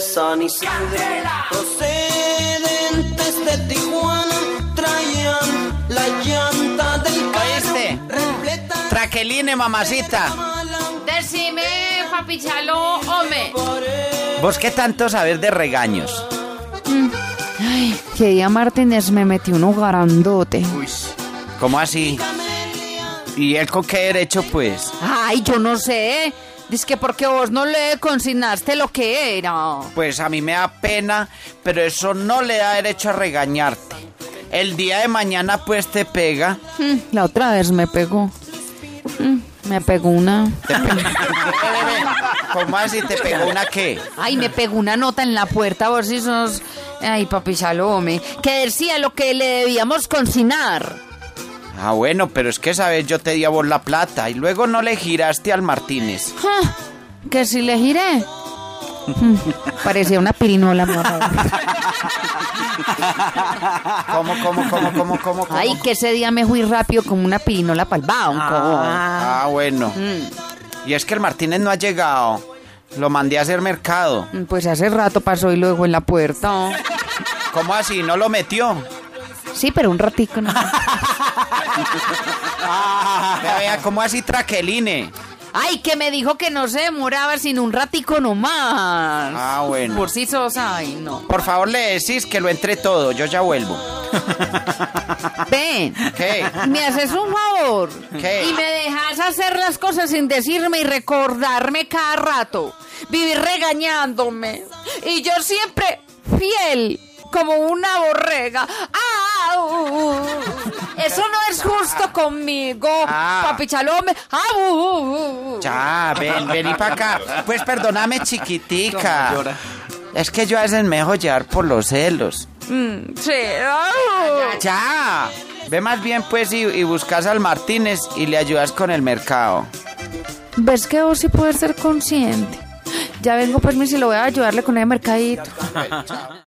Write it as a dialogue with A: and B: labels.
A: San Isidro. Procedentes de Tijuana traían la llanta del
B: Oeste.
A: carro repleta
B: Traqueline, mamacita.
C: Decime, papi Chalo, hombre.
B: ¿Vos qué tanto sabés de regaños?
C: Ay, que día Martínez me metió uno garandote.
B: ¿Cómo así? ¿Y él con qué derecho, pues?
C: Ay, yo no sé. Dice que porque vos no le consignaste lo que era.
B: Pues a mí me da pena, pero eso no le da derecho a regañarte. El día de mañana, pues, te pega.
C: Mm, La otra vez me pegó. Mm, Me pegó una.
B: Te pe- ¿Cómo así? ¿Te pegó una qué?
C: Ay, me pegó una nota en la puerta, vos si sos... Ay, papi Salome. Que decía lo que le debíamos consignar.
B: Ah, bueno, pero es que, ¿sabes? Yo te di a vos la plata y luego no le giraste al Martínez.
C: Ja, Que si le giré. Mm, Parecía una pirinola, morra.
B: ¿Cómo, cómo, cómo, cómo, cómo, cómo?
C: Ay, que ese día me fui rápido como una pirinola palvada, un cobón.
B: Ah, bueno. Y es que el Martínez no ha llegado. Lo mandé a hacer mercado.
C: Mm, Pues hace rato pasó y lo dejó en la puerta.
B: ¿Cómo así? ¿No lo metió?
C: Sí, pero un ratico. ¿no?
B: Vea, vea, ¿cómo así traqueline?
C: Ay, que me dijo que no se demoraba sino un ratico nomás.
B: Ah, bueno.
C: Por si sos, ay, no.
B: Por favor, le decís que lo entre todo. Yo ya vuelvo.
C: Ven.
B: ¿Qué?
C: Me haces un favor
B: ¿Qué?
C: y me dejas hacer las cosas sin decirme y recordarme cada rato, vivir regañándome y yo siempre fiel como una borrega. ¡Au! Eso no es justo conmigo,
B: Ah.
C: papi Chalome. ¡Au!
B: Ya, ven, vení para acá. Pues perdóname, chiquitica. Es que yo a veces me dejo llevar por los celos.
C: Mm, sí. ¡Au!
B: Ah, Ya. Ve más bien, pues, y, y buscas al Martínez y le ayudas con el mercado.
C: Ves que vos sí puedes ser consciente. Ya vengo, pues, mi, si lo voy a ayudarle con el mercadito.